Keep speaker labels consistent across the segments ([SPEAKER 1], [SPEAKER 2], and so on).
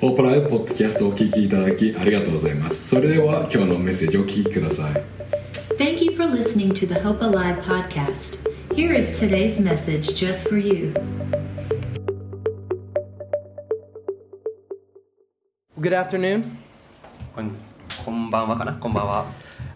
[SPEAKER 1] ポープライブポッドキャストをお聞きいただきありがとうございますそれでは今日のメッセージをお聞きください
[SPEAKER 2] Thank you for listening to the Hope Alive podcast. Here is today's message just for you.
[SPEAKER 3] Good afternoon.
[SPEAKER 4] こんこんばんはかなこんばんは、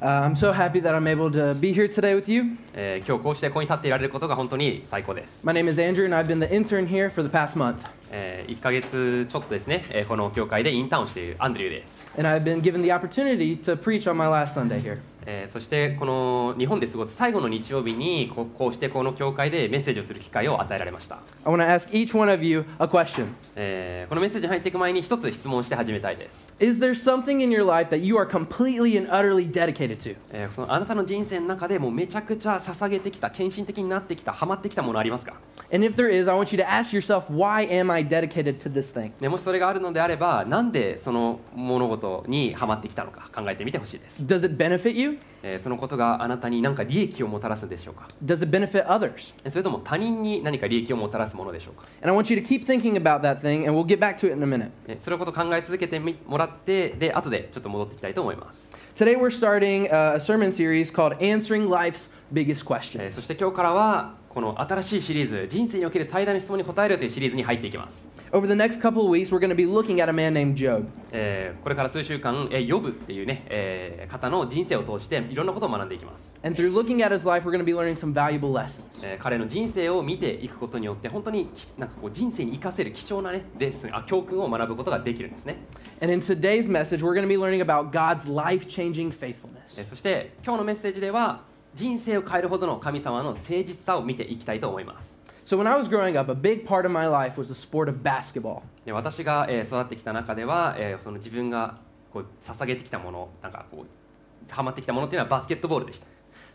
[SPEAKER 3] Uh, I'm so happy that I'm able to be here today with you.
[SPEAKER 4] えー今日こうしてここに立っていられることが本当に最高です、
[SPEAKER 3] My name is Andrew, and I've been the intern here for the past month.
[SPEAKER 4] え1ヶ月ちょっとですね、えーこの教会でインターンをしているアンドリューです、
[SPEAKER 3] And I've been given the opportunity to preach on my last Sunday here.
[SPEAKER 4] えーそしてこの日本で過ごす最後の日曜日にここうしてこの教会でメッセージをする機会を与えられました、
[SPEAKER 3] I want to ask each one of you a question.
[SPEAKER 4] えーこのメッセージに入っていく前に一つ質問して始めたいです、
[SPEAKER 3] Is there something in your life that you are completely and utterly dedicated to?
[SPEAKER 4] えーそのあなたの人生の中でもうめちゃくちゃ捧げてきた献身的になってきたハマってきたものありますか
[SPEAKER 3] And if there is, I want you to ask yourself, why am I dedicated to this thing?
[SPEAKER 4] ね、もしそれがあるのであればなんでその物事にハマってきたのか考えてみてほしいです
[SPEAKER 3] Does it benefit you?
[SPEAKER 4] えーそのことがあなたに何か利益をもたらすんでしょうか
[SPEAKER 3] Does it benefit others?
[SPEAKER 4] えそれとも他人に何か利益をもたらすものでしょうか
[SPEAKER 3] And I want you to keep thinking about that thing, and we'll get back to it in a minute.
[SPEAKER 4] えそれのことを考え続けてみもらってで後でちょっと戻ってきたいと思います、
[SPEAKER 3] Today, we're starting uh, a sermon series called Answering Life's Biggest
[SPEAKER 4] え
[SPEAKER 3] Questions.
[SPEAKER 4] そして今日からはこの新しいシリーズ人生における最大の質問に答えるというシリーズに入っていきます、
[SPEAKER 3] Over the next couple of weeks, we're going to be looking at a man named Job.
[SPEAKER 4] えーこれから数週間、えー、ヨブっていうね、えー方の人生を通していろんなことを学んでいきます、
[SPEAKER 3] And through looking at his life, we're going to be learning some valuable lessons.
[SPEAKER 4] えー彼の人生を見ていくことによって本当にきなんかこう人生に生かせる貴重なねレッスンあ教訓を学ぶことができるんですね
[SPEAKER 3] And in today's message, we're going to be learning about God's life changing faithfulness.
[SPEAKER 4] えーそして今日のメッセージでは人生を変えるほどの神様の誠実さを見ていきたいと思います。
[SPEAKER 3] So, when I was growing up, a big part of my life was the sport of basketball.
[SPEAKER 4] で私が、えー育ってきた中では、えーその自分がこう捧げてきたものなんかこうハマってきたものっていうのはバスケットボールでした。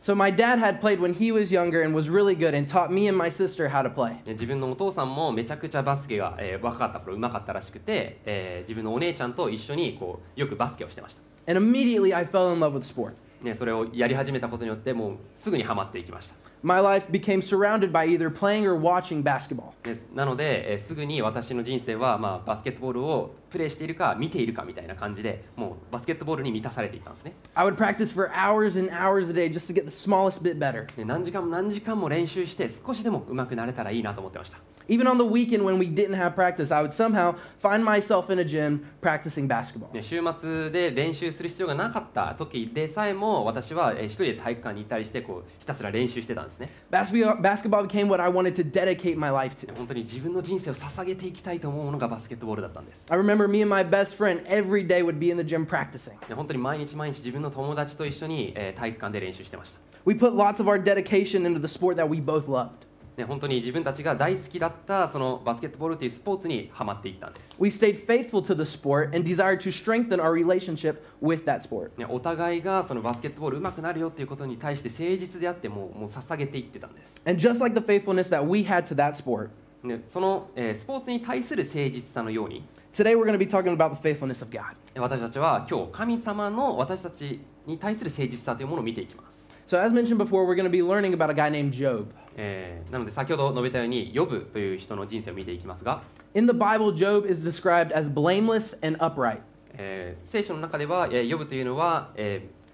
[SPEAKER 3] So, my dad had played when he was younger and was really good and taught me and my sister how to play.
[SPEAKER 4] で自分のお父さんもめちゃくちゃバスケが、えー若かった頃うまかったらしくて、えー自分のお姉ちゃんと一緒にこうよくバスケをしてました。
[SPEAKER 3] And immediately, I fell in love with sport.
[SPEAKER 4] ね、それをやり始めたことによってもうすぐにハマっていきました。
[SPEAKER 3] My life became surrounded by either playing or watching basketball.
[SPEAKER 4] でなので、えーすぐに私の人生は、まあ、バスケットボールをプレーしているか見ているかみたいな感じでもうバスケットボールに満たされていたんですね
[SPEAKER 3] I would practice for hours and hours a day just to get the smallest bit better.
[SPEAKER 4] で何時間も何時間も練習して少しでも上手くなれたらいいなと思ってました
[SPEAKER 3] Even on the weekend when we didn't have practice, I would somehow find myself in a gym practicing basketball.
[SPEAKER 4] で週末で練習する必要がなかった時でさえも私は、えー一人で体育館に行ったりしてこうひたすら練習してたんですね
[SPEAKER 3] Basketball, basketball became what I wanted to dedicate my life to.
[SPEAKER 4] で本当に自分の人生を捧げていきたいと思うものがバスケットボールだったんです
[SPEAKER 3] I remember me and my best friend every day would be in the gym practicing.
[SPEAKER 4] で本当に毎日毎日自分の友達と一緒に、えー体育館で練習してました
[SPEAKER 3] We put lots of our dedication into the sport that we both loved.
[SPEAKER 4] ね、本当に自分たちが大好きだったそのバスケットボールというスポーツにはまっていったんです、
[SPEAKER 3] We stayed faithful to the sport and desired to strengthen our relationship with that sport.
[SPEAKER 4] ね、お互いがそのバスケットボール上手くなるよっていうことに対して誠実であってもうもう捧げていってたんです、
[SPEAKER 3] And just like the faithfulness that we had to that sport,
[SPEAKER 4] ね、その、えースポーツに対する誠実さのように
[SPEAKER 3] today we're going to be talking about the faithfulness of God.
[SPEAKER 4] 私たちは今日神様の私たちに対する誠実さというものを見ていきます、
[SPEAKER 3] So, as mentioned before, we're going to be learning about a guy named Job.
[SPEAKER 4] えーなので先ほど述べたようにヨブという人の人生を見ていきますが、
[SPEAKER 3] In the Bible, Job is described as blameless and upright.
[SPEAKER 4] えー聖書の中では、えーヨブというのは、えー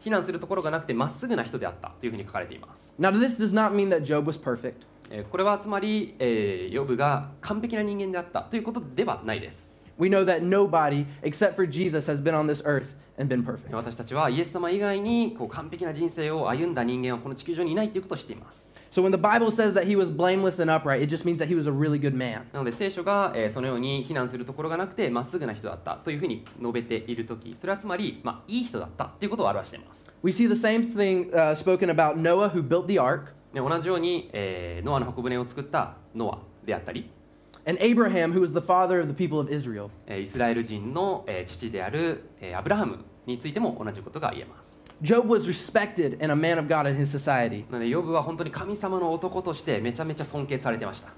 [SPEAKER 4] 非難するところがなくてまっすぐな人であったというふうに書かれています
[SPEAKER 3] Now, this does not mean that Job was perfect.
[SPEAKER 4] えーこれはつまり、えーヨブが完璧な人間であったということではないです。
[SPEAKER 3] We know that nobody except for Jesus has been on this earth and been perfect.
[SPEAKER 4] 私たちはイエス様以外にこう完璧な人生を歩んだ人間はこの地球上にいないということを知っています。
[SPEAKER 3] So, when the Bible says that he was blameless and upright, it just means that he was a really good man.
[SPEAKER 4] なので聖書が、えーそのように非難するところがなくてまっすぐな人だったというふうに述べているとき、それはつまり、まあ、いい人だったということを表しています。
[SPEAKER 3] We see the same thing uh, spoken about Noah, who built the ark,
[SPEAKER 4] で同じように、えーノアの箱舟を作ったノアであったり、
[SPEAKER 3] and Abraham, who was the father of the people of Israel.
[SPEAKER 4] えーイスラエル人の、えー父である、えーアブラハムについても同じことが言えます。
[SPEAKER 3] Job was respected and a man of God in his society.
[SPEAKER 4] なのでヨブは本当に神様の男としてめちゃめちゃ尊敬されてました。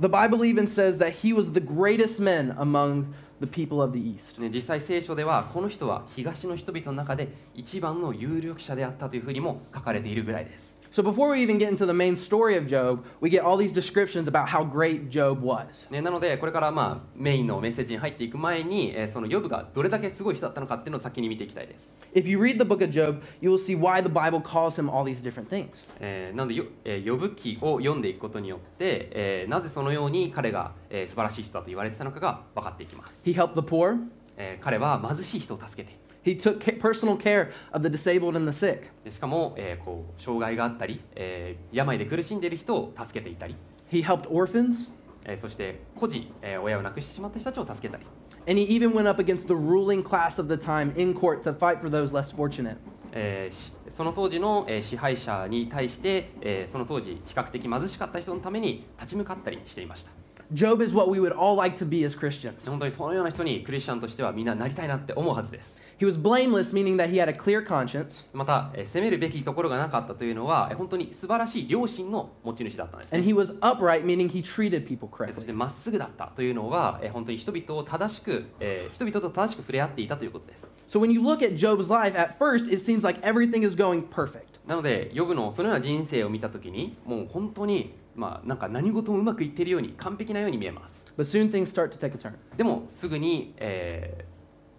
[SPEAKER 3] The Bible even says that he was the greatest man among the people of the East.
[SPEAKER 4] ね、実際聖書ではこの人は東の人々の中で一番の有力者であったというふうにも書かれているぐらいです。
[SPEAKER 3] So before we even get into the main story of Job, we get all these descriptions about how great Job was.
[SPEAKER 4] ね、なのでこれからまあメインのメッセージに入っていく前に、えーそのヨブがどれだけすごい人だったのかっていうのを先に見ていきたいです、
[SPEAKER 3] If you read the book of Job, you will see why the Bible calls him all these different things.
[SPEAKER 4] えーなのでよ、えーヨブ記を読んでいくことによって、えーなぜそのように彼が、えー素晴らしい人だと言われてたのかが分かっていきます、
[SPEAKER 3] He helped the poor,
[SPEAKER 4] えー彼は貧しい人を助けて
[SPEAKER 3] he took ca- personal care of the disabled and the sick,
[SPEAKER 4] でしかも、えーこう障害があったり、えー病で苦しんでいる人を助けていたり、
[SPEAKER 3] he helped orphans,
[SPEAKER 4] えーそして孤児、えー親を亡くしてしまった人たちを助けたり、
[SPEAKER 3] and he even went up against the ruling class of the time in court to fight for those less fortunate.
[SPEAKER 4] えーしその当時の、えー支配者に対して、えーその当時比較的貧しかった人のために立ち向かったりしていました
[SPEAKER 3] Job is what we would all like to be as Christians.
[SPEAKER 4] 本当にそのような人にクリスチャンとしてはみんななりたいなって思うはずです
[SPEAKER 3] He was blameless, meaning that he had a clear conscience,
[SPEAKER 4] また、えー責めるべきところがなかったというのは、えー本当に素晴らしい良心の持ち主だったんです、
[SPEAKER 3] and
[SPEAKER 4] ね
[SPEAKER 3] he was upright, meaning he treated people
[SPEAKER 4] えーそし
[SPEAKER 3] correctly.
[SPEAKER 4] てまっすぐだったというのは、えー本当に人々を正しく、えー人々と正しく触れ合っていたということです
[SPEAKER 3] So when you look at Job's life, at first it seems like everything is going perfect.
[SPEAKER 4] なのでヨブのそのような人生を見た時にもう本当にまあなんか何事もうまくいっているように完璧なように見えます
[SPEAKER 3] But soon things start to take a turn.
[SPEAKER 4] でもすぐに、えー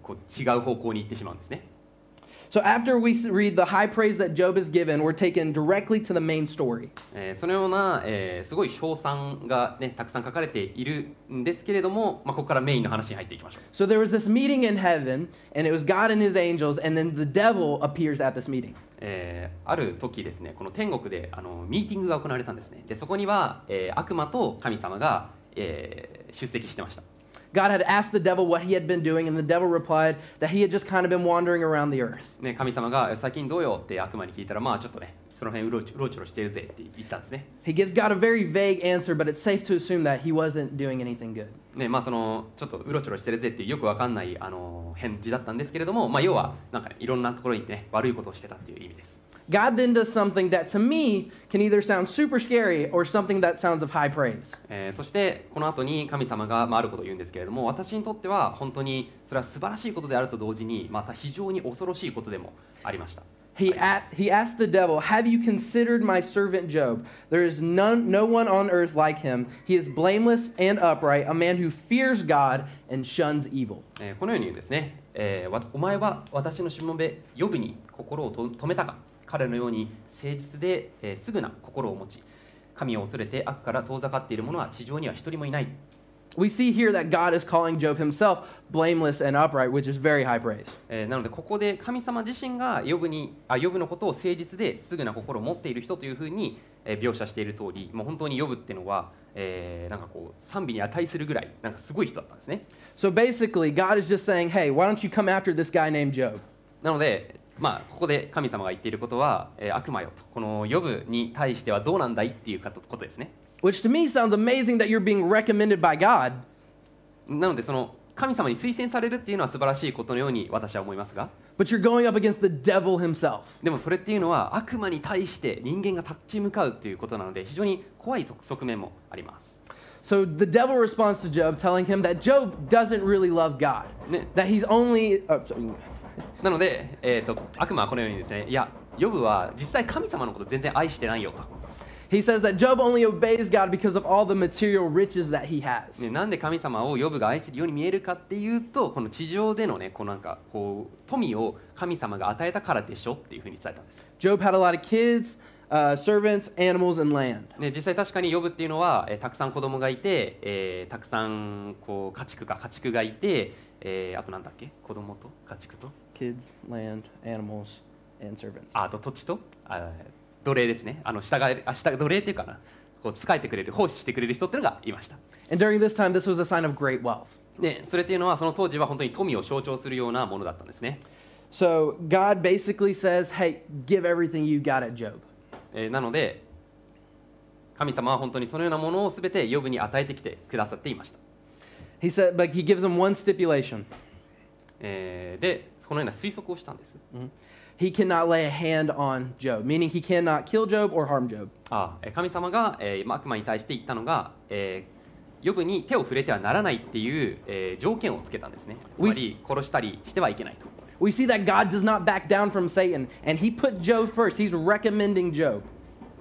[SPEAKER 4] こう違う方向に行ってしまうんですね。
[SPEAKER 3] So after we s- read the high praise that Job is given, we're taken directly to the main story.
[SPEAKER 4] えーそのような、えーすごい称賛が、ね、たくさん書かれているんですけれども、まあ、ここからメインの話に入っていきましょう。
[SPEAKER 3] So there was this meeting in heaven, and it was God and his angels, and then the devil appears at this meeting.
[SPEAKER 4] えーある時ですねこの天国であのミーティングが行われたんですねでそこには、えー悪魔と神様が、えー出席してました
[SPEAKER 3] God had asked the devil what he had been doing, and the devil replied that he had just kind of been wandering around the earth.
[SPEAKER 4] ね神様がえ「最近どうよ?」って悪魔に聞いたらまあちょっとねその辺うろちょうろちょろしてるぜって言ったんですね
[SPEAKER 3] He gives God a very vague answer, but it's safe to assume that he wasn't doing anything good.
[SPEAKER 4] ねまあ、そのちょっとうろちょろしてるぜっていうよくわかんないあの返事だったんですけれども、まあ、要はなんかいろんなところに行ってね悪いことをしてたっていう意味です、
[SPEAKER 3] God then does something that to me can either sound super scary or something that sounds of high praise.
[SPEAKER 4] えーそしてこの後に神様が、まあ、あることを言うんですけれども私にとっては本当にそれは素晴らしいことであると同時にまた非常に恐ろしいことでもありました
[SPEAKER 3] He,
[SPEAKER 4] ありま
[SPEAKER 3] asked, he asked the devil, Have you considered my servant Job? There is none, no one on earth like him. He is blameless and upright, a man who fears God and shuns evil.
[SPEAKER 4] すえーこのように言うんですね、えーわお前は私のしもべ予備に心をと止めたか彼のように誠実で、えーすぐな心を持ち神を恐れて悪から遠ざかっている者は地上には一人もいない
[SPEAKER 3] We see here that God is calling Job himself blameless and upright, which is very high praise.
[SPEAKER 4] えーなのでここで神様自身がヨブにあヨブのことを誠実ですぐな心を持っている人というふうに、えー描写している通りもう本当にヨブっていうのは、えーなんかこう賛美に値するぐらいなんかすごい人だったんですね
[SPEAKER 3] So basically, God is just saying, Hey, why don't you come after this guy named Job?
[SPEAKER 4] なのでまあここで神様が言っていることは、えー悪魔よとこのヨブに対してはどうなんだいっていうかとことですね
[SPEAKER 3] Which to me sounds amazing that you're being recommended by God,
[SPEAKER 4] なのでその神様に推薦されるっていうのは素晴らしいことのように私は思いますが
[SPEAKER 3] but you're going up against the devil himself.
[SPEAKER 4] でもそれっていうのは悪魔に対して人間が立ち向かうっていうことなので非常に怖い側面もあります
[SPEAKER 3] So the devil responds to Job, telling him that Job doesn't really love God.
[SPEAKER 4] Ne-
[SPEAKER 3] That he's only. Oh, sorry.
[SPEAKER 4] なので、えー、と悪魔はこのようにですねいやヨブは実際神様のこと全然愛してないよと、
[SPEAKER 3] He says that Job only obeys God because of all the material riches that he has.
[SPEAKER 4] ね、なんで神様をヨブが愛しているように見えるかっていうとこの地上でのねこうなんかこう富を神様が与えたからでしょっていうふうに伝えたんです、
[SPEAKER 3] Job had a lot of kids, uh, servants, animals, and land.
[SPEAKER 4] ね、実際確かにヨブっていうのは、えーたくさん子供がいて、えーたくさんこう家畜か家畜がいて、えーあとなんだっけ子供と家畜と
[SPEAKER 3] Kids, land, animals, and servants.
[SPEAKER 4] ああと土地とあー奴隷ですねあの従えあ従奴隷っていうかなこう仕えてくれる奉仕してくれる人っていうのがいました
[SPEAKER 3] And during this time, this was a sign of great wealth.
[SPEAKER 4] でそれっていうのはその当時は本当に富を象徴するようなものだったんですね、
[SPEAKER 3] So God basically says, hey, give everything you got at Job.
[SPEAKER 4] えーなので神様は本当にそのようなものを全てヨブに与えてきてくださっていました、
[SPEAKER 3] He said, but he gives him one stipulation
[SPEAKER 4] えーでこのような推測をしたんです
[SPEAKER 3] he cannot lay a hand on Job, meaning he cannot kill Job or harm Job.
[SPEAKER 4] あーえー神様が、えーまあ悪魔に対して言ったのが、えーヨブに手を触れてはならないっていう、えー条件をつけたんですねつまり殺したりしてはいけないと
[SPEAKER 3] We see that God does not back down from Satan, and he put Job first. He's recommending Job.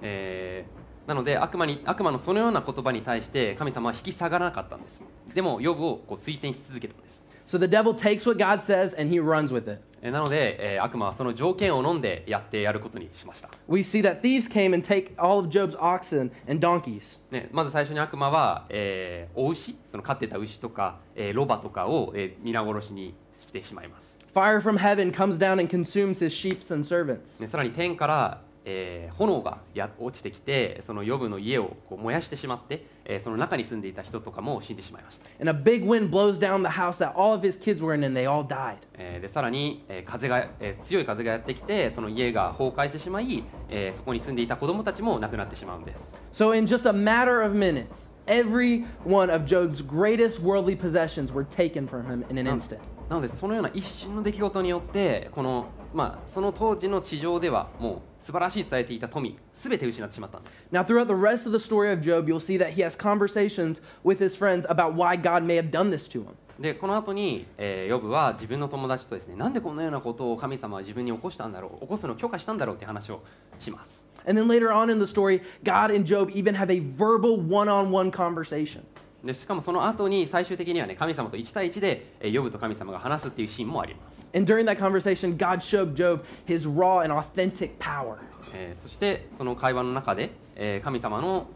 [SPEAKER 4] えーなので悪魔に悪魔のそのような言葉に対して神様は引き下がらなかったんですでもヨブをこう推薦し続けたんです
[SPEAKER 3] So the devil takes what God says and he runs with it.
[SPEAKER 4] えーなので、えー悪魔はその条件を飲んでやってやることにしました、
[SPEAKER 3] We see that thieves came and take all of Job's oxen and donkeys.
[SPEAKER 4] ね、まず最初に悪魔は、えーお牛その飼ってた牛とか、えーロバとかを、えー皆殺しにしてしまいます、
[SPEAKER 3] Fire from heaven comes down and consumes his sheep and servants.
[SPEAKER 4] ね、さらに天から、えー炎がや落ちてきてそのヨブの家をこう燃やしてしまって、えーその中に住んでいた人とかも死んでしまいました、
[SPEAKER 3] And a big wind blows down the house that all of his kids were in and they all died.
[SPEAKER 4] えーでさらに、えー風が、えー強い風がやってきてその家が崩壊してしまい、えーそこに住んでいた子供たちも亡くなってしまうんです
[SPEAKER 3] So in just a matter of minutes, every one of Job's greatest worldly possessions were taken from him in an
[SPEAKER 4] な
[SPEAKER 3] instant.
[SPEAKER 4] なのでそのような一瞬の出来事によってこの、まあ、その当時の地上ではもう素晴らしい伝えていた富全て失ってしまったんです
[SPEAKER 3] Now throughout the rest of the story of Job, you'll see that he has conversations with his friends about why God may have done this to him.
[SPEAKER 4] でこの後に、えーヨブは自分の友達とですねなんでこのようなことを神様は自分に起こしたんだろう起こすのを許可したんだろうって話をします
[SPEAKER 3] And then later on in the story, God and Job even have a verbal one-on-one conversation.
[SPEAKER 4] でしかもその後に最終的にはね神様と1対1で、えーヨブと神様が話すっていうシーンもあります、
[SPEAKER 3] And during that conversation, God showed Job his raw and authentic power.
[SPEAKER 4] えーそしてその会話の中で、えー神様の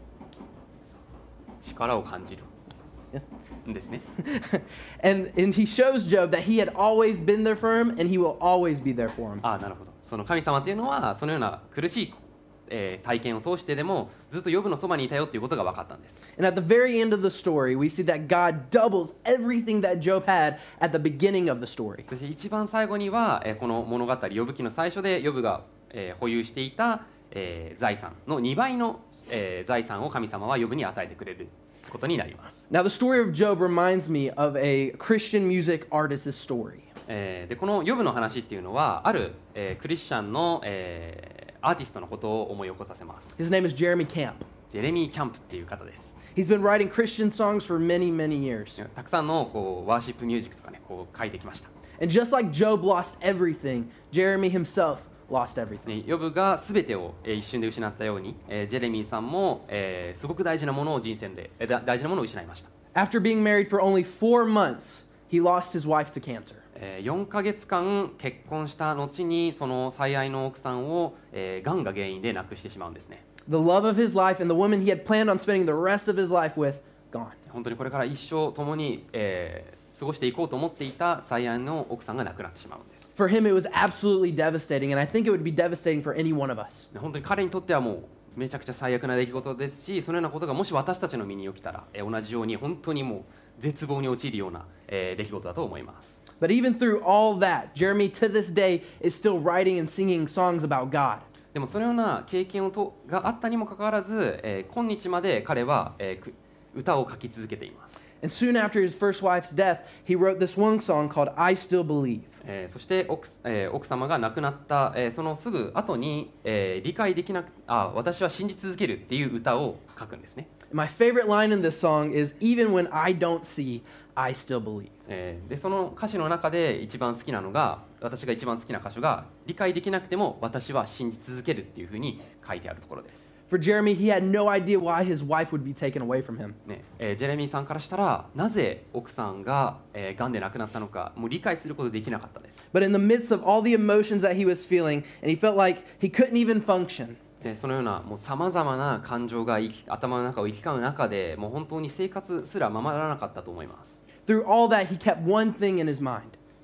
[SPEAKER 4] 力を感じるんですね
[SPEAKER 3] and, and he shows Job that he had always been there for him and he will always be there for him.
[SPEAKER 4] ああなるほどその神様っていうのはそのような苦しい、えー体験を通してでもずっとヨブのそばにいたよっていうことが分かったんです
[SPEAKER 3] And at the very end of the story, we see that God doubles everything that Job had at the beginning of the story.
[SPEAKER 4] そして一番最後には、えーこの物語呼ぶ記の最初で呼ぶが、えー保有していた、えー財産の2倍の、えー財産を神様は呼ぶに与えてくれることになります、
[SPEAKER 3] Now, the story of Job reminds me of a Christian music artist's story.
[SPEAKER 4] えーでこの呼ぶの話っていうのはある、えークリスチャンの、えーアーティストのことを思い起こさせます
[SPEAKER 3] His name is Jeremy Camp.
[SPEAKER 4] ジェレミー・キャンプっていう方です
[SPEAKER 3] He's been writing Christian songs for many, many years.
[SPEAKER 4] たくさんのこうワーシップミュージックとかねこう書いてきました、
[SPEAKER 3] And just like Job lost everything, Jeremy himself lost everything.
[SPEAKER 4] ね、ヨブが全てを、えー一瞬で失ったように、えージェレミーさんも、えーすごく大事なものを人生で、えーだ大事なものを失いました
[SPEAKER 3] After being married for only four months, he lost his wife to cancer.
[SPEAKER 4] えー4ヶ月間結婚した後にその最愛の奥さんをえーがん、が原因で亡くしてしまうんですね
[SPEAKER 3] The love of his life and the woman he had planned on spending the rest of his life with, gone.
[SPEAKER 4] 本当にこれから一生共に、えー過ごしていこうと思っていた最愛の奥さんが亡くなってしまうんです
[SPEAKER 3] For him, it was absolutely devastating, and I think it would be devastating for any one of us.
[SPEAKER 4] で本当に彼にとってはもうめちゃくちゃ最悪な出来事ですしそのようなことがもし私たちの身に起きたら、えー同じように本当にもう絶望に陥るような、えー出来事だと思います
[SPEAKER 3] But even through all that, Jeremy to this day is still writing and singing songs about God.
[SPEAKER 4] でもそのような経験をとがあったにもかかわらず、えー今日まで彼は、えーく歌を書き続けています
[SPEAKER 3] And soon after his first wife's death, he wrote this one song called I Still Believe.
[SPEAKER 4] えーそして奥,、えー奥様が亡くなった、えーそのすぐ後に、えー理解できなくあ私は信じ続けるっていう歌を書くんですね、
[SPEAKER 3] My favorite line in this song is Even when I don't see, I still believe.
[SPEAKER 4] えーでその歌詞の中で一番好きなのが私が一番好きな箇所が理解できなくても私は信じ続けるっていうふうに書いてあるところです、
[SPEAKER 3] For Jeremy, he had no idea why his wife would be taken away from him.
[SPEAKER 4] ねえージェレミーさんからしたらなぜ奥さんが、えー、癌で亡くなったのかもう理解することできなかったです、
[SPEAKER 3] But in the midst of all the emotions that he was feeling, and he felt like he couldn't even function,
[SPEAKER 4] でそのようなさまざまな感情がいき頭の中を行き交う中でもう本当に生活すらままならなかったと思います
[SPEAKER 3] through all that, he kept one thing in his mind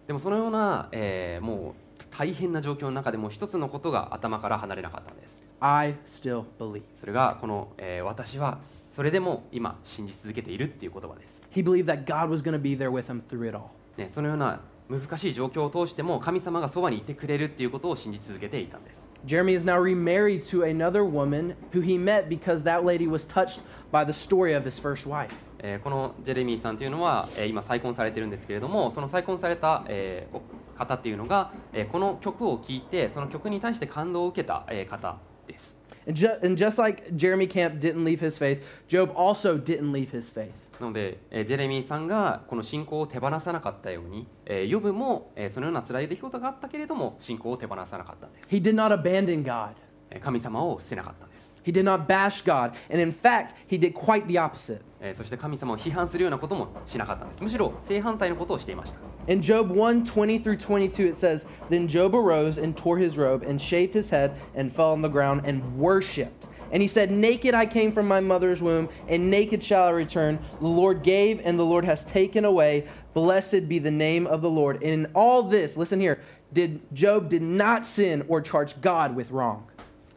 [SPEAKER 4] でもそのような、えーもう大変な状況の中でも一つのことが頭から離れなかったんです
[SPEAKER 3] I still believe.
[SPEAKER 4] それがこの、えー私はそれでも今信じ続けているっていう言葉です、
[SPEAKER 3] He believed that God was going to be there with him through it all.
[SPEAKER 4] ね、そのような難しい状況を通しても神様がそばにいてくれるっていうことを信じ続けていたんです
[SPEAKER 3] Jeremy is now remarried to another woman who he met because that lady was touched by the story of his first wife.
[SPEAKER 4] えーこのジェレミーさんというのは、えー今再婚されてるんですけれどもその再婚された、えーお方っていうのが、えーこの曲を聴いてその曲に対して感動を受けた、えー方です
[SPEAKER 3] And, ju- and just like Jeremy Camp didn't leave his faith, Job also didn't leave his faith.
[SPEAKER 4] なので、えージェレミーさんがこの信仰を手放さなかったように、えーヨブも、えーそのような辛い出来事があったけれども信仰を手放さなかったんです、
[SPEAKER 3] He did not abandon God.
[SPEAKER 4] えー神様を捨てなかったんです、
[SPEAKER 3] He did not bash God. And in fact, he did quite the opposite.
[SPEAKER 4] えーそして神様を批判するようなこともしなかったんですむしろ正反対のことをしていました
[SPEAKER 3] In Job 1 20 through 22, it says, Then Job arose and tore his robe and shaved his head and fell on the ground and worshipped. And he said, Naked I came from my mother's womb, and naked shall I return. The Lord gave, and the Lord has taken away. Blessed be the name of the Lord. And in all this, listen here, did Job did not sin or charge God with wrong.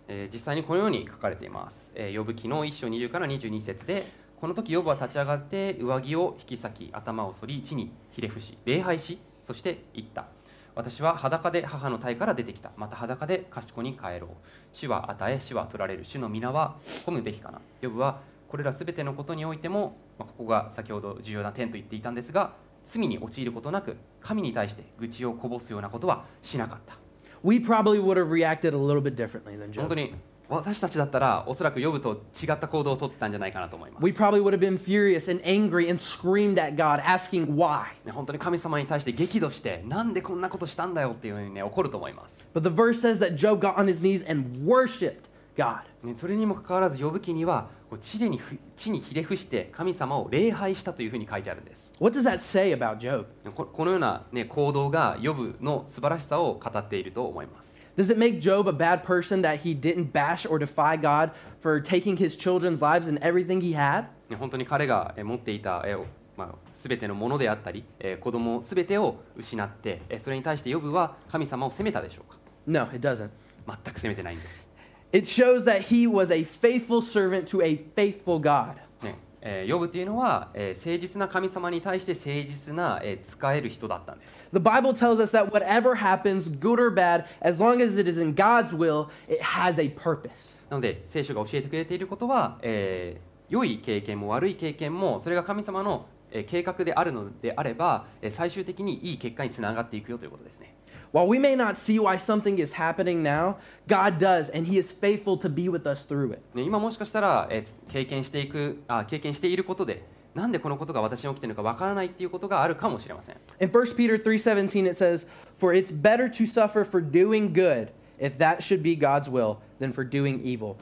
[SPEAKER 4] えー実際にこのように書かれています。えー、ヨブ記の1章20から22節で、この時ヨブは立ち上がって上着を引き裂き、頭を反り、地にひれ伏し、礼拝し、そして言った。私は裸で母の体から出てきた。また裸で賢に帰ろう。主は与え、主は取られる。主の皆は込むべきかな。ヨブはこれらすべてのことにおいても、まあここが先ほど重要な点と言っていたんですが、罪に陥ることなく、神に対して愚痴をこぼすようなことはしなかった。
[SPEAKER 3] We probably would have reacted a little bit differently than
[SPEAKER 4] 本
[SPEAKER 3] Job.
[SPEAKER 4] 当に私たちだったらおそらく呼ぶと違った行動をとってたんじゃないかなと思います
[SPEAKER 3] We probably would have been furious and angry and screamed at God, asking why.
[SPEAKER 4] ね本当に神様に対して激怒してなんでこんなことしたんだよっていうふうにね怒ると思います、
[SPEAKER 3] But the verse says that Job got on his knees and worshiped God.
[SPEAKER 4] ね、それにもかかわらず呼ぶ記にはこう地でにふ地にひれ伏して神様を礼拝したというふうに書いてあるんです
[SPEAKER 3] What does that say about Job?
[SPEAKER 4] ここのような、ね、行動が呼ぶの素晴らしさを語っていると思います
[SPEAKER 3] Does it make Job a bad person that he didn't bash or defy God for taking his children's lives and everything he had?
[SPEAKER 4] ね本当に彼がえ持っていたえを、まあ、全てのものであったりえ子供全てを失ってえそれに対して呼ぶは神様を責めたでしょうか
[SPEAKER 3] No, it doesn't.
[SPEAKER 4] 全く責めてないんです
[SPEAKER 3] It shows that he was a faithful servant to a faithful God.
[SPEAKER 4] ねえー、ヨブというのは、えー誠実な神様に対して誠実な、えー使える人だったんです、
[SPEAKER 3] The Bible tells us that whatever happens, good or bad, as long as it is in God's will, it has a purpose.
[SPEAKER 4] なので聖書が教えてくれていることは、えー良い経験も悪い経験もそれが神様の、えー計画であるのであれば、えー最終的にいい結果につながっていくよということですね
[SPEAKER 3] While we may not see why something is happening now, God does, and he is faithful to be with us through it.
[SPEAKER 4] ね今もしかしたら、えーつ経験していくあ経験していることでなんでこのことが私に起きているのかわからないっていうことがあるかもしれません
[SPEAKER 3] In 1 Peter 3:17 it says, "For it's better to suffer for doing good, if that should be God's will, than for doing evil."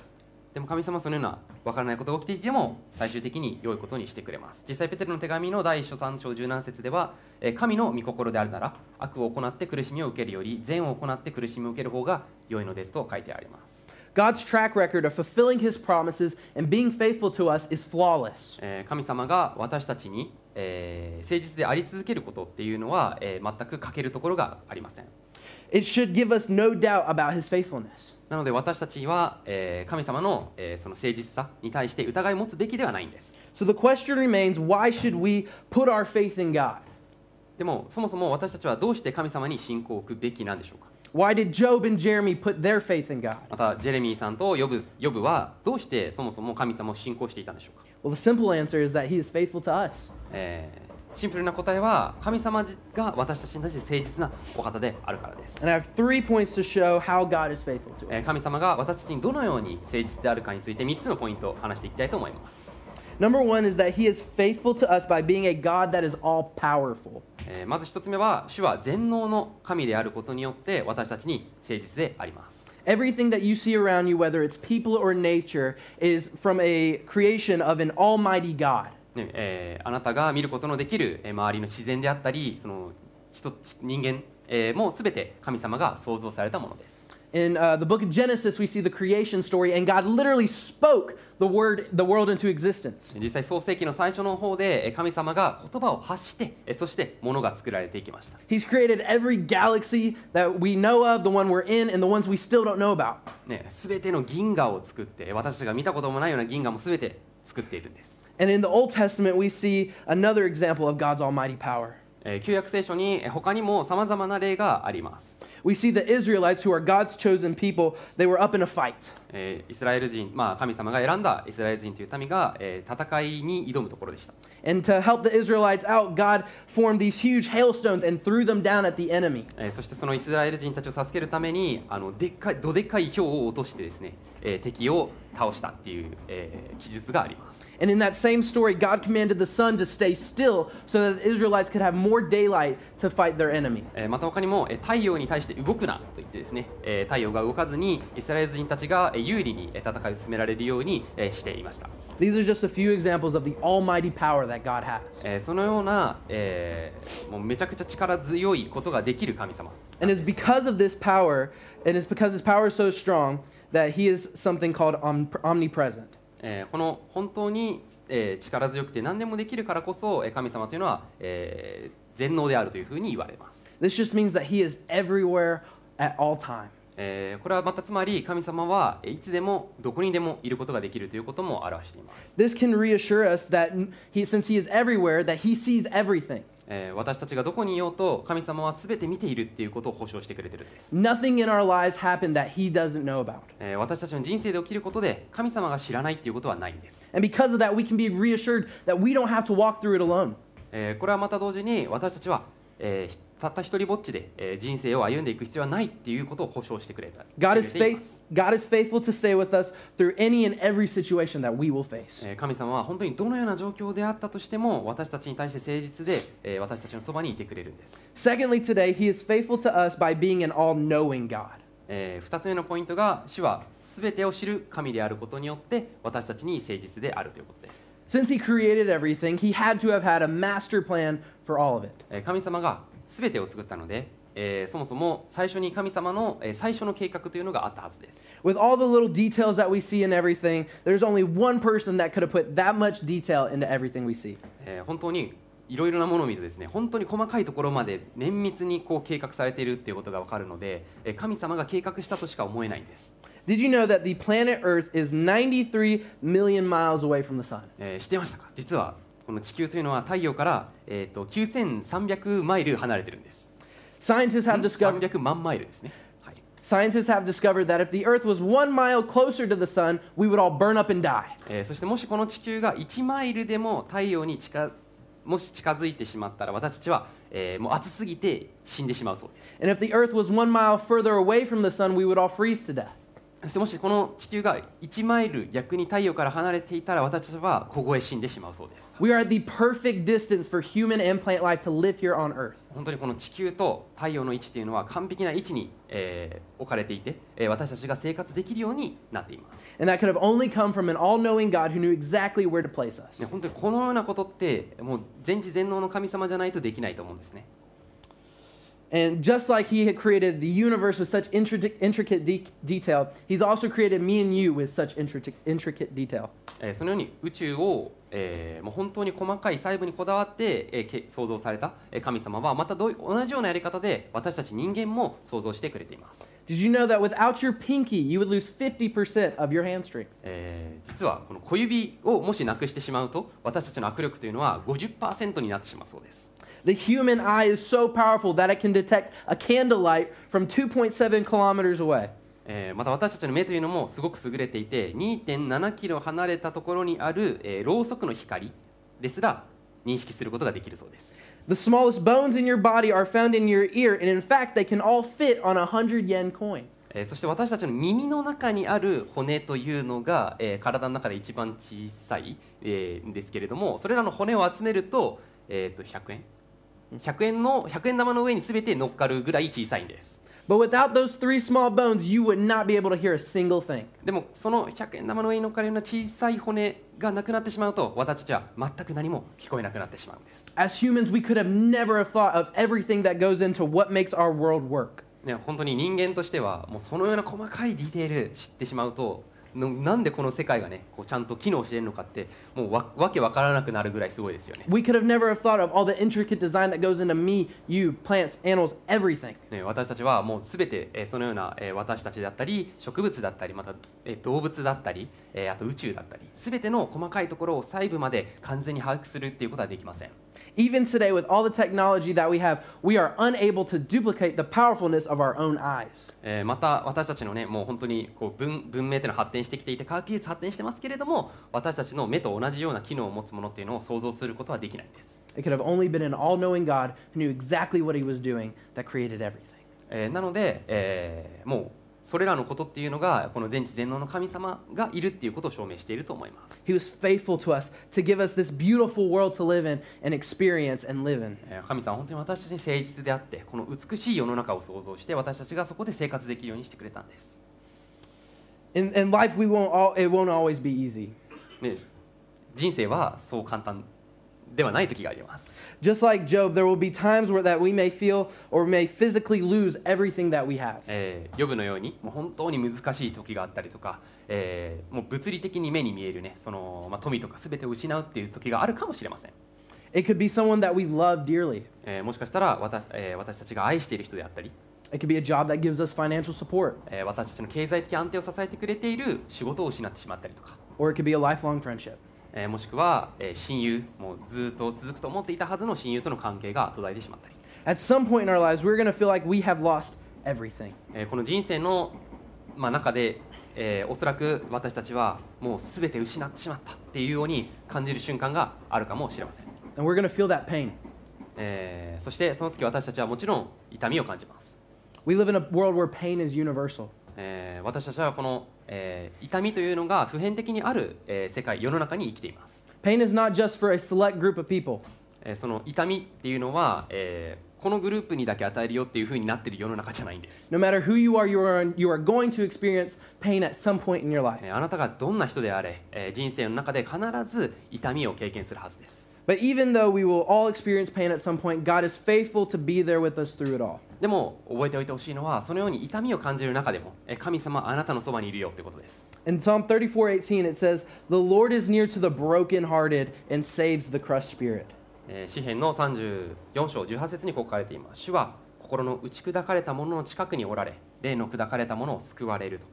[SPEAKER 4] でも神様はそのような分からないことが起きていても最終的に良いことにしてくれます実際ペテルの手紙の第1章3章17節ではえー神の御心であるなら悪を行って苦しみを受けるより善を行って苦しみを受ける方が良いのですと書いてあります
[SPEAKER 3] God's track record of fulfilling his promises and being faithful to us is flawless.
[SPEAKER 4] えー神様が私たちにえー誠実であり続けることっていうのはえー全く欠けるところがありません
[SPEAKER 3] It should give us no doubt about his faithfulness.
[SPEAKER 4] なので私たちはえー神様のえーその誠実さに対して疑いを持つべきではないんです
[SPEAKER 3] So the question remains, why should we put our faith in God?
[SPEAKER 4] でもそもそも私たちはどうして神様に信仰を置くべきなんでしょうか
[SPEAKER 3] Why did Job and Jeremy put their faith in God?
[SPEAKER 4] またジェレミーさんとヨブヨブはどうしてそもそも神様を信仰していたんでしょうか、
[SPEAKER 3] Well, the simple answer is that he is faithful to us.
[SPEAKER 4] えーシンプルな答えは神様が私たちに対して誠実なお方であるからです、
[SPEAKER 3] And I have 3 points to show how God is faithful to
[SPEAKER 4] え
[SPEAKER 3] us.
[SPEAKER 4] ー神様が私たちにどのように誠実であるかについて3つのポイントを話していきたいと思います、
[SPEAKER 3] Number 1 is that he is faithful to us by being a God that is all powerful.
[SPEAKER 4] えーまず1つ目は主は全能の神であることによって私たちに誠実であります
[SPEAKER 3] Everything that you see around you, whether it's people or nature, is from a creation of an almighty God.
[SPEAKER 4] ねえーあなたが見ることのできる、えー周りの自然であったりその人人間、えーも全て神様が創造されたものです
[SPEAKER 3] In uh, the book of Genesis, we see the creation story, and God literally spoke the word, the world into existence.
[SPEAKER 4] 実際創世記の最初の方でえー神様が言葉を発してえーそして物が作られていきました
[SPEAKER 3] He's created every galaxy that we know of, the one we're in, and the ones we still don't know about.
[SPEAKER 4] ね全ての銀河を作ってえー私たちが見たこともないような銀河も全て作っているんです、
[SPEAKER 3] And in the Old Testament, we see another example of God's almighty power.
[SPEAKER 4] えー旧約聖書にえー他にもさまざまな例があります、
[SPEAKER 3] We see the Israelites, who are God's chosen people, they were up in a fight.
[SPEAKER 4] えーイスラエル人、まあ、神様が選んだイスラエル人という民が、えー戦いに挑むところでした
[SPEAKER 3] And to help the Israelites out, God formed these huge hailstones and threw them down at the enemy.
[SPEAKER 4] えーそしてそのイスラエル人たちを助けるためにあのでっかいどでっかい氷を落としてですね、えー敵を倒したっていう、えー記述があります、
[SPEAKER 3] And in that same story, God commanded the sun to stay still so that the Israelites could have more daylight to fight their enemy.
[SPEAKER 4] えーまた他にも、えー太陽に対して動くなと言ってですね、えー太陽が動かずにイスラエル人たちが、えーに有利にえー戦いを進められるようにえーしていました。
[SPEAKER 3] These are just a few examples of the almighty power that God has.
[SPEAKER 4] えーそのような、えーもうめちゃくちゃ力強いことができる神様
[SPEAKER 3] And it's because of this power, and it's because his power is so strong that he is something called om- omnipresent.
[SPEAKER 4] えーこの本当に、えー力強くて何でもできるからこそえー神様というのは、えー全能であるというふうに言われます、
[SPEAKER 3] This just means that he is everywhere at all time.
[SPEAKER 4] えーこれはまたつまり神様はえーいつでもどこにでもいることができるということも表しています、
[SPEAKER 3] This can reassure us that n- he, since he is everywhere, that he sees everything.
[SPEAKER 4] えー私たちがどこにいようと神様は全て見ているっていうことを保証してくれてるんです、
[SPEAKER 3] Nothing in our lives happened that he doesn't know about.
[SPEAKER 4] えー私たちの人生で起きることで神様が知らないっていうことはないんです、
[SPEAKER 3] And because of that, we can be reassured that we don't have to walk through it alone.
[SPEAKER 4] えーこれはまた同時に私たちは、えーひたった一人ぼっちで、えー人生を歩んでいく必要はないっていうことを保証してくれた。
[SPEAKER 3] God
[SPEAKER 4] く
[SPEAKER 3] is,
[SPEAKER 4] れていま
[SPEAKER 3] faith,
[SPEAKER 4] す
[SPEAKER 3] God is faithful to stay with us through any and every situation that we will face.
[SPEAKER 4] えー神様は本当にどのような状況であったとしても私たちに対して誠実で、えー私たちのそばにいてくれるんです、
[SPEAKER 3] Secondly, today, he is faithful to us by being an all knowing God.
[SPEAKER 4] え2つ目のポイントが主は全てを知る神であることによって私たちに誠実であるということです、
[SPEAKER 3] Since he created everything, he had to have had a master plan for all of it.
[SPEAKER 4] えー神様が全てを作ったので、えーそもそも最初に神様の、えー最初の計画というのがあったはずです、
[SPEAKER 3] With all the little details that we see in everything, there's only one person that could have put that much detail into everything we see.
[SPEAKER 4] えー本当にいろいろなものを見るとですね本当に細かいところまで綿密にこう計画されているっていうことが分かるので、えー神様が計画したとしか思えないんです、
[SPEAKER 3] Did you know that the planet Earth is 93 million miles away from the sun?
[SPEAKER 4] えー知ってましたか実はこの地球というのは太陽から、えー、と9300マイル離れてるんです
[SPEAKER 3] Scientists
[SPEAKER 4] Hmm,
[SPEAKER 3] have discovered
[SPEAKER 4] 300万マイルですね、はい、
[SPEAKER 3] scientists have discovered that if the Earth was one mile closer to the sun, we would all burn up and die.
[SPEAKER 4] えーそしてもしこの地球が1マイルでも太陽に近もし近づいてしまったら私たちは、えーもう暑すぎて死んでしまうそうです
[SPEAKER 3] And if the Earth was one mile further away from the sun, we would all freeze to death.
[SPEAKER 4] そしてもしこの地球が1マイル逆に太陽から離れていたら私たちは凍え死んでしまうそうです
[SPEAKER 3] We are at the perfect distance for human and plant life to live here on Earth.
[SPEAKER 4] 本当にこの地球と太陽の位置というのは完璧な位置に、えー置かれていて、えー私たちが生活できるようになっています
[SPEAKER 3] And that could have only come from an all knowing God who knew exactly where to place us.
[SPEAKER 4] ね、本当にこのようなことってもう全知全能の神様じゃないとできないと思うんですね、
[SPEAKER 3] And just like He had created the universe with such intricate, intricate de- detail, He's also created me and you with such intricate, intricate detail.
[SPEAKER 4] えーそのように宇宙を、えーもう本当に細かい細部にこだわって、えーけ創造されたえー神様はまたどうい同じようなやり方で私たち人間も創造してくれています、
[SPEAKER 3] Did you know that without your pinky, you would lose 50% of your hand strength?
[SPEAKER 4] えー実はこの小指をもしなくしてしまうと私たちの握力というのは50%になってしまうそうです、
[SPEAKER 3] The human eye is so powerful that it can detect a candlelight from 2.7 kilometers away.
[SPEAKER 4] えーまた私たちの目というのもすごく優れていて2.7キロ離れたところにある、えーろうそくの光ですら認識することができるそうです、
[SPEAKER 3] The smallest bones in your body are found in your ear, and in fact, they can all fit on a 100 yen coin.
[SPEAKER 4] えーそして私たちの耳の中にある骨というのが、えー体の中で一番小さい、えーんですけれどもそれらの骨を集めると,、えーと100円100円の100円玉の上に全て乗っかるぐらい小さいんです
[SPEAKER 3] But without those three small bones, you would not be able to hear a single thing.
[SPEAKER 4] でもその100円玉の上に乗っかるような小さい骨がなくなってしまうと私たちは全く何も聞こえなくなってしまうんです、
[SPEAKER 3] As humans, we could have never have thought of everything that goes into what makes our world work.
[SPEAKER 4] ね、本当に人間としてはもうそのような細かいディテール知ってしまうとのなんでこの世界がねこうちゃんと機能しているのかってもうわわけわからなくなるぐらいすごいですよね
[SPEAKER 3] We could have never have thought of all the intricate design that goes into me, you, plants, animals, everything.
[SPEAKER 4] ね、私たちはもうすべて、えーそのような、えー私たちだったり植物だったりまた、えー動物だったり、えーあと宇宙だったりすべての細かいところを細部まで完全に把握するっていうことはできません、
[SPEAKER 3] Even today, with all the technology that we have, we are unable to duplicate the powerfulness of our own eyes.
[SPEAKER 4] えーまた私たちのねもう本当にこう文文明っていうのは発展してきていて科学技術発展してますけれども私たちの目と同じような機能を持つものっていうのを想像することはできないんです、
[SPEAKER 3] It could have only been an all knowing God who knew exactly what he was doing that created everything.
[SPEAKER 4] えーなので、えーもうそれらのことっていうのがこの全知全能の神様がいるっていうことを証明していると思います
[SPEAKER 3] He was faithful to us to give us this beautiful world to live in and experience and live in.
[SPEAKER 4] えー神様は本当に私たちに誠実であってこの美しい世の中を創造して私たちがそこで生活できるようにしてくれたんです、
[SPEAKER 3] In, in life, we won't all, it won't always be easy.
[SPEAKER 4] ね、人生はそう簡単ではない時があります。
[SPEAKER 3] Just like Job, there will be times where that we may feel or may physically lose everything that we have.
[SPEAKER 4] えー、ヨブのようにもう本当に難しい時があったりとか、えーもう物理的に目に見えるねその、まあ、富とか全てを失うっていう時があるかもしれません、
[SPEAKER 3] It could be someone that we love dearly.
[SPEAKER 4] えーもしかしたら私,、えー私たちが愛している人であったり、
[SPEAKER 3] It could be a job that gives us financial support,
[SPEAKER 4] えー私たちの経済的安定を支えてくれている仕事を失ってしまったりとか、
[SPEAKER 3] or it could be a lifelong friendship.
[SPEAKER 4] えーもしくは、えー親友もうずっと続くと思っていたはずの親友との関係が途絶えてしまったり、
[SPEAKER 3] At some point in our lives, we're going to feel like we have lost everything.
[SPEAKER 4] えーこの人生の、まあ、中で、えーおそらく私たちはもう全て失ってしまったっていうように感じる瞬間があるかもしれません、
[SPEAKER 3] And we're going to feel that pain.
[SPEAKER 4] えーそしてその時私たちはもちろん痛みを感じます、
[SPEAKER 3] We live in a world where pain is universal.
[SPEAKER 4] えー私たちはこの、えー痛みというのが普遍的にある、えー世界世の中に生きています、
[SPEAKER 3] Pain is not just for a select group of people.
[SPEAKER 4] えーその痛みっていうのは、えーこのグループにだけ与えるよっていうふうになっている世の中じゃないんです、
[SPEAKER 3] No matter who you are, you are, you are going to experience pain at some point in your life.
[SPEAKER 4] えーあなたがどんな人であれ、えー人生の中で必ず痛みを経験するはずです
[SPEAKER 3] But even though we will all experience pain at some point, God is faithful to be there with us through it all.
[SPEAKER 4] でも覚えておいてほしいのはそのように痛みを感じる中でもえ神様あなたのそばにいるよってことです、
[SPEAKER 3] In Psalm 34:18, it says, The Lord is near to the brokenhearted and saves the crushed spirit.
[SPEAKER 4] えー詩篇の34章18節にこう書かれています主は心の打ち砕かれた者の近くにおられ霊の砕かれた者を救われると、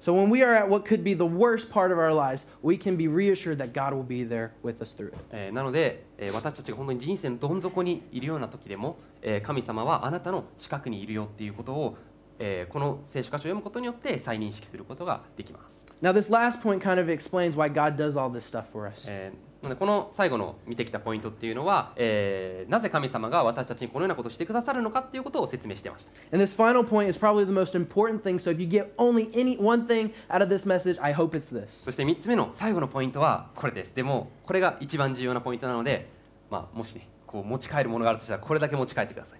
[SPEAKER 3] So when we are at what could be the worst part of our lives, we can be reassured that God will be there with us through it.
[SPEAKER 4] えーなので、えー私たちが本当に人生のどん底にいるような時でも、えー神様はあなたの近くにいるよっていうことを、えーこの聖書箇所を読むことによって再認識することができます、
[SPEAKER 3] Now, this last point kind of explains why God does all this stuff for us.
[SPEAKER 4] えーなのでこの最後の見てきたポイントっていうのは、えーなぜ神様が私たちにこのようなことをしてくださるのかっていうことを説明してました、
[SPEAKER 3] And this final point is probably the most important thing. So if you get only any one thing out of this message, I hope it's this.
[SPEAKER 4] そして3つ目の最後のポイントはこれですでもこれが一番重要なポイントなので、まあ、もしねこう持ち帰るものがあるとしたらこれだけ持ち帰ってください、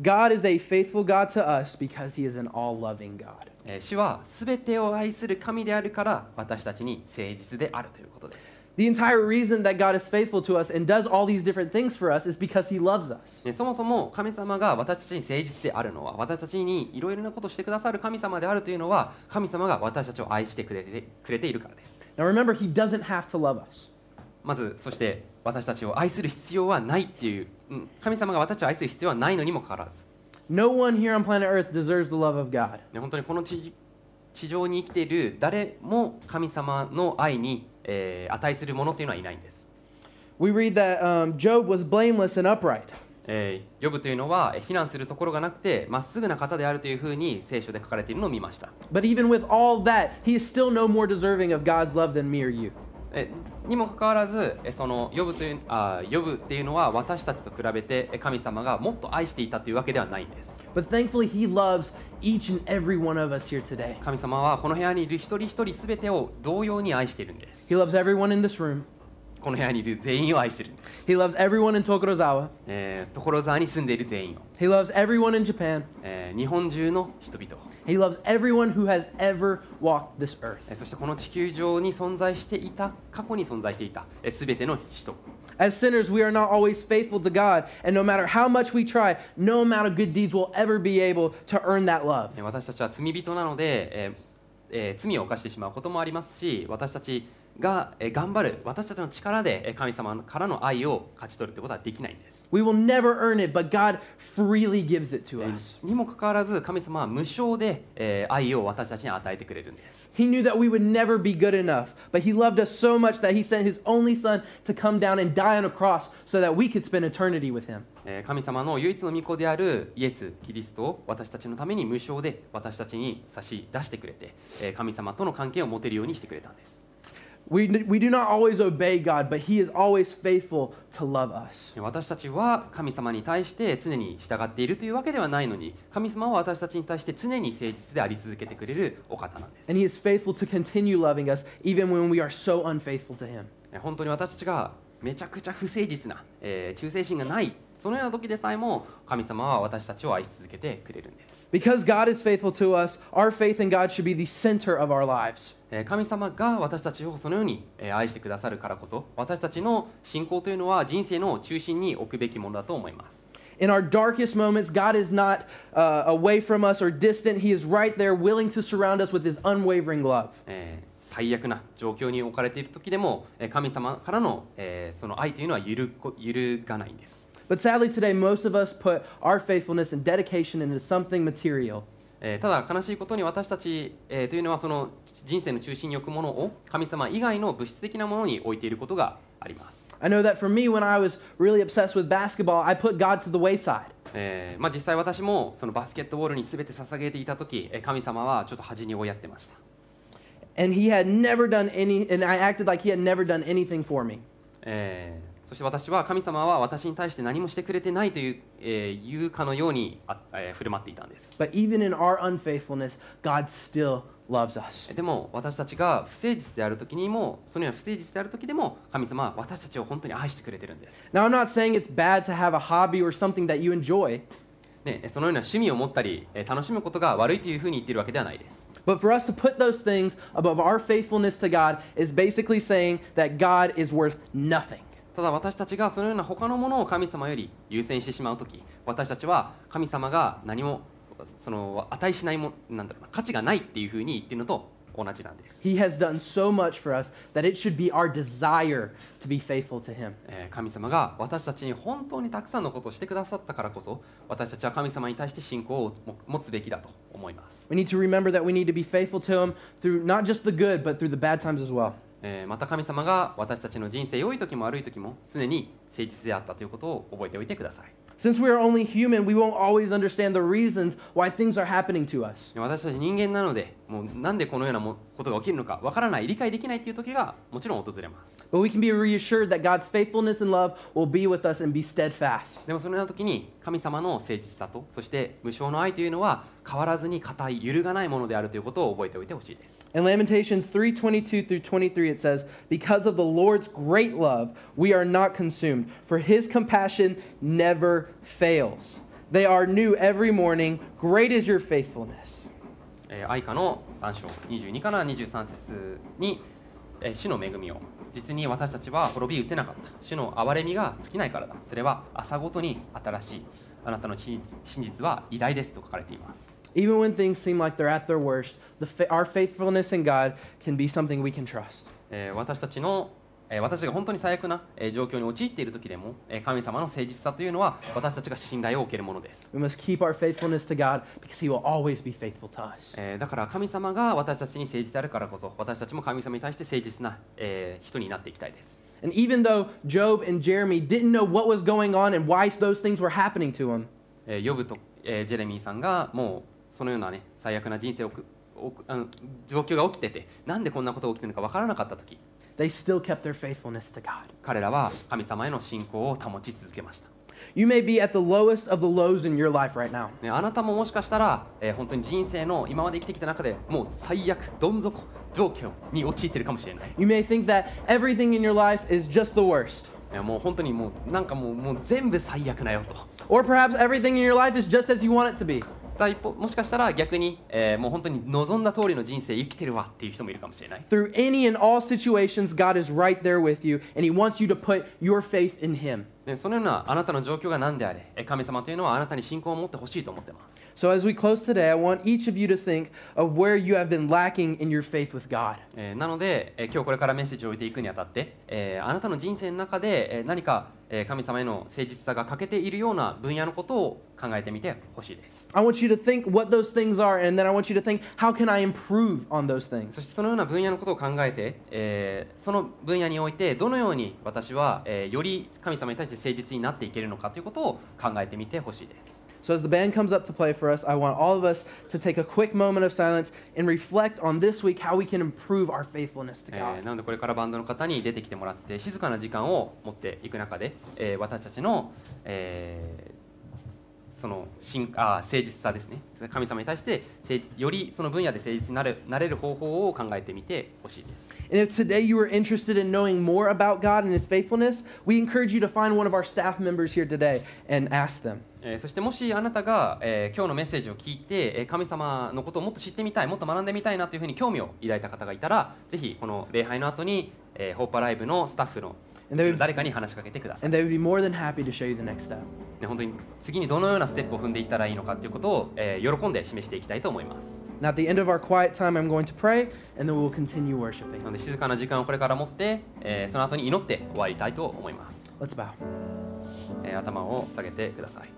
[SPEAKER 3] God is a faithful God to us because he is an all-loving God.
[SPEAKER 4] えー主は全てを愛する神であるから私たちに誠実であるということです、
[SPEAKER 3] The entire reason that God is faithful to us and does all these different things for us is because he loves us.
[SPEAKER 4] ねそもそも神様が私たちに誠実であるのは私たちにいろいろなことをしてくださる神様であるというのは神様が私たちを愛してくれてくれているからです
[SPEAKER 3] Now remember, he doesn't have to love us.
[SPEAKER 4] まずそして私たちを愛する必要はないっていう、うん神様が私たちを愛する必要はないのにもかかわらず
[SPEAKER 3] No one here on planet Earth deserves the love of God.
[SPEAKER 4] ね、本当にこの地地上に生きている誰も神様の愛に、えー値するものというのはいないんです。
[SPEAKER 3] We read that um, Job was blameless and upright.
[SPEAKER 4] えー、ヨブというのはえー非難するところがなくてまっすぐな方であるというふうに聖書で書かれているのを見ました。
[SPEAKER 3] But even with all that, he is still no more deserving of God's love than me or you.
[SPEAKER 4] えーにもかかわらずえーそのヨブというあーヨブっていうのは私たちと比べてえー神様がもっと愛していたというわけではないんです。
[SPEAKER 3] But thankfully, he loves each and every one of us here today.
[SPEAKER 4] 神様はこの部屋にいる一人一人すべてを同様に愛しているんです。
[SPEAKER 3] He loves everyone in this room.
[SPEAKER 4] この部屋にいる全員を愛しているんです。
[SPEAKER 3] He loves everyone in Tokorozawa.
[SPEAKER 4] えー所沢に住んでいる全員を、
[SPEAKER 3] He loves everyone in Japan.
[SPEAKER 4] えー日本中の人々を。
[SPEAKER 3] He loves everyone who has ever walked this earth.
[SPEAKER 4] えーそしてこの地球上に存在していた過去に存在していたすべての人
[SPEAKER 3] As sinners, we are not always faithful to God, and no matter how much we try, no amount of good deeds will ever be able to earn that love.
[SPEAKER 4] えー私たちは罪人なので、えーえー罪を犯してしまうこともありますし私たちが、えー頑張る私たちの力でえー神様からの愛を勝ち取るということはできないんです、
[SPEAKER 3] We will never earn it, but God freely gives it to
[SPEAKER 4] えー
[SPEAKER 3] us.
[SPEAKER 4] にもかかわらず神様は無償で、えー愛を私たちに与えてくれるんです
[SPEAKER 3] He knew that we would never be good enough, but He loved us so much that He sent His only Son to come down and die on a cross so that we could spend eternity with Him.
[SPEAKER 4] えー神様の唯一の御子であるイエス・キリストを私たちのために無償で私たちに差し出してくれてえー神様との関係を持てるようにしてくれたんです
[SPEAKER 3] We, we do not always obey God, but He is always faithful to love us.
[SPEAKER 4] 私たちは神様に対して常に従っているというわけではないのに神様は私たちに対して常に誠実であり続けてくれるお方なんです
[SPEAKER 3] And He is faithful to continue loving us even when we are so unfaithful to Him.
[SPEAKER 4] え本当に私たちがめちゃくちゃ不誠実な、えー忠誠心がないそのような時でさえも神様は私たちを愛し続けてくれるんです。
[SPEAKER 3] Because God is faithful to us, our faith in God should be the center of our lives.
[SPEAKER 4] えー神様が私たちをそのようにえー愛してくださるからこそ私たちの信仰というのは人生の中心に置くべきものだと思います。
[SPEAKER 3] In our darkest moments, God is not uh, away from us or distant. He is right there, willing to surround us with His unwavering love.
[SPEAKER 4] えー最悪な状況に置かれている時でもえー神様からのえーその愛というのは揺るこ揺るがないんです。
[SPEAKER 3] But sadly, today, most of us put our faithfulness and dedication into something material.
[SPEAKER 4] えーただ悲しいことに私たち、えーというのはその人生の中心に置くものを神様以外の物質的なものに置いていることがあります、
[SPEAKER 3] I know that for me, when I was really obsessed with basketball, I put God to the wayside.
[SPEAKER 4] えーまあ、実際私もそのバスケットボールに全て捧げていた時えー神様はちょっと恥に追いやってました、
[SPEAKER 3] And He had never done any, and I acted like He had never done anything for me.
[SPEAKER 4] えーそして私は神様は私に対して何もしてくれてないという,、えーいうかのようにあ、えー振る舞っていたんです
[SPEAKER 3] But even in our unfaithfulness, God still loves us.
[SPEAKER 4] でも私たちが不誠実である時にもそのような不誠実である時でも神様は私たちを本当に愛してくれてるんです、
[SPEAKER 3] Now, I'm not saying it's bad to have a hobby or something that you enjoy,
[SPEAKER 4] ね、えーそのような趣味を持ったりえー楽しむことが悪いというふうに言っているわけではないです
[SPEAKER 3] but for us to put those things above our faithfulness to God is basically saying that God is worth nothing.
[SPEAKER 4] ただ私たちがそのような他のものを神様より優先してしまうとき私たちは神様が何もその値しないもなんだろうな価値がないっていうふうに言ってるのと同じなんです、
[SPEAKER 3] He has done so much for us that it should be our desire to be faithful to Him.
[SPEAKER 4] えー神様が私たちに本当にたくさんのことをしてくださったからこそ私たちは神様に対して信仰をも持つべきだと思います、
[SPEAKER 3] We need to remember that we need to be faithful to Him through not just the good, but through the bad times as well.
[SPEAKER 4] えーまた神様が私たちの人生良い時も悪い時も常に誠実であったということを覚えておいてください
[SPEAKER 3] Since we are only human, we won't always understand the reasons why things are happening to us.
[SPEAKER 4] で私たち人間なのでもうなんでこのようなもことが起きるのかわからない理解できないっていう時がもちろん訪れます
[SPEAKER 3] But we can be reassured that God's faithfulness and love will be with us and be steadfast.
[SPEAKER 4] でもそのような時に神様の誠実さとそして無償の愛というのは変わらずに固い揺るがないものであるということを覚えておいてほしいです、
[SPEAKER 3] In Lamentations 3:22 through 23 it says, "Because of the Lord's great love, we are not consumed, for his compassion never fails. They are new every morning. Great is your faithfulness."
[SPEAKER 4] えー愛歌の3章22から23節に、えー主の恵みを実に私たちは滅び失せなかった主の憐れみが尽きないからだそれは朝ごとに新しいあなたの真実真実は偉大ですと書かれています
[SPEAKER 3] Even when things seem like they're at their worst, the fa- our faithfulness in God can be something we can trust.
[SPEAKER 4] えー私たちの、えー私たちが本当に最悪な、えー状況に陥っている時でも、えー神様の誠実さというのは私たちが信頼を受けるものです、
[SPEAKER 3] We must keep our faithfulness to God because he will always be faithful to us.
[SPEAKER 4] えーだから神様が私たちに誠実であるからこそ私たちも神様に対して誠実な、えー人になっていきたいです、
[SPEAKER 3] And even though Job and Jeremy didn't know what was going on and why those things were happening to him,
[SPEAKER 4] えーヨブと、えージェレミーさんがもうそのようなね最悪な人生を送送あの状況が起きててなんでこんなことが起きてるのか分からなかった時
[SPEAKER 3] they still kept their faithfulness to God.
[SPEAKER 4] 彼らは神様への信仰を保ち続けました
[SPEAKER 3] You may be at the lowest of the lows in your life right now.
[SPEAKER 4] ね、あなたももしかしたら、えー本当に人生の今まで生きてきた中でもう最悪どん底状況に陥ってるかもしれない、
[SPEAKER 3] You may think that everything in your life is just the worst.
[SPEAKER 4] えーもう本当にもうなんかもうもう全部最悪だよと
[SPEAKER 3] Or perhaps everything in your life is just as you want it to be.
[SPEAKER 4] だ一方もしかしたら逆に、えーもう本当に望んだ通りの人生生きてるわっていう人もいるかもしれない、
[SPEAKER 3] Through any and all situations, God is right there with you, and He wants you to put your faith in Him.
[SPEAKER 4] ね、そのようなあなたの状況が何であれえー神様というのはあなたに信仰を持ってほしいと思ってます
[SPEAKER 3] So, as we close today, I want each of you to think of where you have been lacking in your faith with God.
[SPEAKER 4] えーなので、えー今日これからメッセージを置いていくにあたって、えーあなたの人生の中で、えー何か、えー神様への誠実さが欠けているような分野のことを考えてみてほしいです
[SPEAKER 3] I want you to think what those things are, and then I want you to think, how can I improve on those
[SPEAKER 4] そ
[SPEAKER 3] things?
[SPEAKER 4] してそのような分野のことを考えて、えーその分野においてどのように私は、えーより神様に対して誠実になっていけるのかということを考えてみてほしいです、
[SPEAKER 3] So, as the band comes up to play for us, I want all of us to take a quick moment of silence and reflect on this week how we can improve our faithfulness to
[SPEAKER 4] え
[SPEAKER 3] God.
[SPEAKER 4] ーなのでこれからバンドの方に出てきてもらって静かな時間を持っていく中で、えー私たちの、えーその信あ誠実さですね神様に対してせよりその分野で誠実になれなれる方法を考えてみてほしいです
[SPEAKER 3] And if today you are interested in knowing more about God and His faithfulness, we encourage you to find one of our staff members here today and ask them.
[SPEAKER 4] えーそしてもしあなたが、えー今日のメッセージを聞いて、えー神様のことをもっと知ってみたいもっと学んでみたいなというふうに興味を抱いた方がいたらぜひこの礼拝の後に、えーホーパーライブのスタッフの
[SPEAKER 3] And they would-
[SPEAKER 4] 誰かに話しかけてください
[SPEAKER 3] And they would be more than happy to show you the next step.
[SPEAKER 4] で本当に次にどのようなステップを踏んでいったらいいのかということを、えー喜んで示していきたいと思います
[SPEAKER 3] Now, at the end of our quiet time, I'm going to pray, and then we will continue
[SPEAKER 4] な
[SPEAKER 3] worshiping.
[SPEAKER 4] ので静かな時間をこれから持って、えーその後に祈って終わりたいと思います、
[SPEAKER 3] Let's bow.
[SPEAKER 4] えー頭を下げてください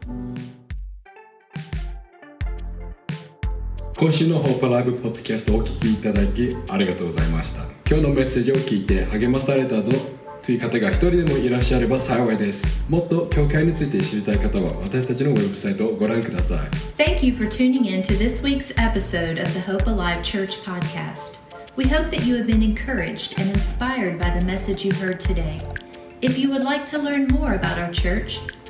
[SPEAKER 1] 今週のホープライブポッドキャストをお聞きいただきありがとうございました今日のメッセージを聞いて励まされたぞという方が一人でもいらっしゃれば幸いですもっと教会について知りたい方は私たちのウェブサイトをご覧ください
[SPEAKER 2] Thank you for tuning in to this week's episode of the Hope Alive Church podcast. We hope that you have been encouraged and inspired by the message you heard today. If you would like to learn more about our church,